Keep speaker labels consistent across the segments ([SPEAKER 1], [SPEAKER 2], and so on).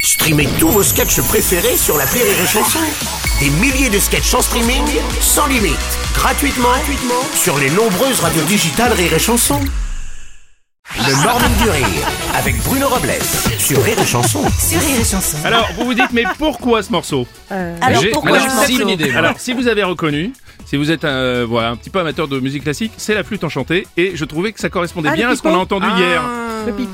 [SPEAKER 1] Streamez tous vos sketchs préférés sur la Rire et Chanson. Des milliers de sketchs en streaming, sans limite, gratuitement, gratuitement sur les nombreuses radios digitales Rire et Chanson. Le Morning du Rire avec Bruno Robles sur Rire et Chanson.
[SPEAKER 2] Alors, vous vous dites, mais pourquoi ce morceau
[SPEAKER 3] Alors
[SPEAKER 2] J'ai-
[SPEAKER 3] pourquoi
[SPEAKER 2] alors,
[SPEAKER 3] je
[SPEAKER 2] si-
[SPEAKER 3] morceau
[SPEAKER 2] Alors, si vous avez reconnu, si vous êtes un, euh, voilà, un petit peu amateur de musique classique, c'est la flûte enchantée. Et je trouvais que ça correspondait bien à ce qu'on a entendu hier.
[SPEAKER 3] Ah, mais j'étais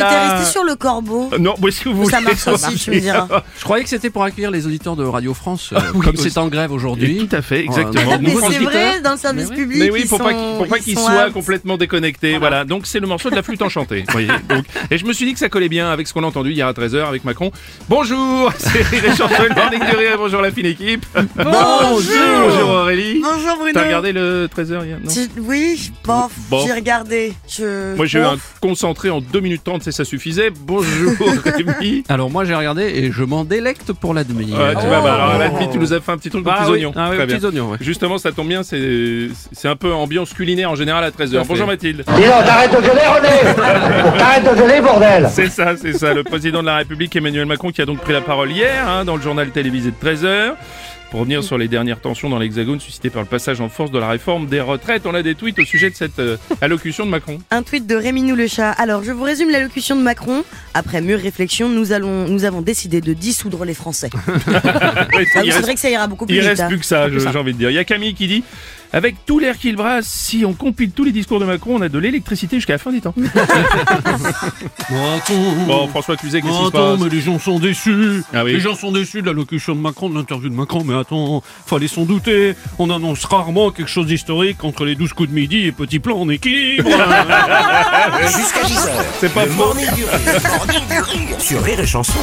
[SPEAKER 2] Voilà.
[SPEAKER 3] restée sur le corbeau.
[SPEAKER 2] Euh, Non, mais si vous voulez.
[SPEAKER 3] Ça marche aussi, tu me diras.
[SPEAKER 4] Je croyais que c'était pour accueillir les auditeurs de Radio France, euh,
[SPEAKER 2] Ah oui,
[SPEAKER 4] comme
[SPEAKER 2] aussi.
[SPEAKER 4] c'est en grève
[SPEAKER 2] Et
[SPEAKER 4] aujourd'hui.
[SPEAKER 2] Tout à fait, exactement.
[SPEAKER 4] Ah,
[SPEAKER 3] Mais
[SPEAKER 4] nouveau
[SPEAKER 3] c'est
[SPEAKER 4] auditeur.
[SPEAKER 3] vrai, dans le service public,
[SPEAKER 2] Mais oui,
[SPEAKER 3] ils
[SPEAKER 2] pour
[SPEAKER 3] sont,
[SPEAKER 2] pas qu'il- pour pas
[SPEAKER 3] ils
[SPEAKER 2] qu'il
[SPEAKER 3] sont
[SPEAKER 2] soit
[SPEAKER 3] aptes.
[SPEAKER 2] complètement déconnecté. Voilà, donc c'est le morceau de la flûte enchantée. vous voyez. Donc, et je me suis dit que ça collait bien avec ce qu'on a entendu hier à 13h avec Macron. Bonjour, c'est Rire et Chanson, le Morning du Rire. Bonjour la fine équipe. Oh,
[SPEAKER 3] Bonjour.
[SPEAKER 2] Bonjour Aurélie.
[SPEAKER 3] Bonjour Bruno.
[SPEAKER 2] T'as regardé le 13h hier non
[SPEAKER 3] Tu- Oui, bon,
[SPEAKER 2] Bon.
[SPEAKER 3] j'ai regardé. Je...
[SPEAKER 2] Moi, j'ai eu
[SPEAKER 3] bon.
[SPEAKER 2] un concentré en 2 minutes 30, c'est ça suffisait. Bonjour Rémi.
[SPEAKER 4] Alors moi j'ai regardé et je m'en délecte pour la demi.
[SPEAKER 2] Ouais, tu vas voir. Alors là, tu nous as fait un petit truc de
[SPEAKER 4] Ah
[SPEAKER 2] petits
[SPEAKER 4] oui,
[SPEAKER 2] oignons.
[SPEAKER 4] ah oui,
[SPEAKER 2] Très bien.
[SPEAKER 4] petits oignons, ouais.
[SPEAKER 2] Justement, ça tombe bien, c'est c'est un peu ambiance culinaire en général à 13h.
[SPEAKER 4] Tout à
[SPEAKER 2] Bonjour
[SPEAKER 4] fait.
[SPEAKER 2] Mathilde.
[SPEAKER 5] Dis donc, t'arrêtes de gueuler, René T'arrêtes de gueuler, bordel
[SPEAKER 2] C'est ça, c'est ça. Le président de la République, Emmanuel Macron, qui a donc pris la parole hier hein, dans le journal télévisé de 13h. Pour revenir sur les dernières tensions dans l'Hexagone suscitées par le passage en force de la réforme des retraites, on a des tweets au sujet de cette euh, allocution de Macron.
[SPEAKER 3] Un tweet de Rémi Nou le chat. Alors, je vous résume l'allocution de Macron. Après mûre réflexion, nous, allons, nous avons décidé de dissoudre les Français. Ah oui,
[SPEAKER 2] Il
[SPEAKER 3] c'est
[SPEAKER 2] reste-
[SPEAKER 3] vrai que ça ira beaucoup plus
[SPEAKER 2] Il
[SPEAKER 3] vite.
[SPEAKER 2] reste
[SPEAKER 3] hein.
[SPEAKER 2] plus que ça, je- j'ai envie de dire. Il y a Camille qui dit Avec tout l'air qu'il brasse, si on compile tous les discours de Macron, on a de l'électricité jusqu'à la fin des temps. Bon, François Cluzet, qu'est-ce
[SPEAKER 4] Oh,
[SPEAKER 2] qui se
[SPEAKER 6] attends,
[SPEAKER 2] passe
[SPEAKER 6] mais les gens sont déçus.
[SPEAKER 2] Ah oui.
[SPEAKER 6] Les gens sont déçus de l'allocution de Macron, de l'interview de Macron. Mais attends, fallait s'en douter. On annonce rarement quelque chose d'historique entre les 12 coups de midi et petit plan en équilibre.
[SPEAKER 1] Jusqu'à 10h.
[SPEAKER 2] C'est pas
[SPEAKER 1] Le
[SPEAKER 2] faux.
[SPEAKER 1] Morning du Rire, Morning du Rire sur Rire et Chanson.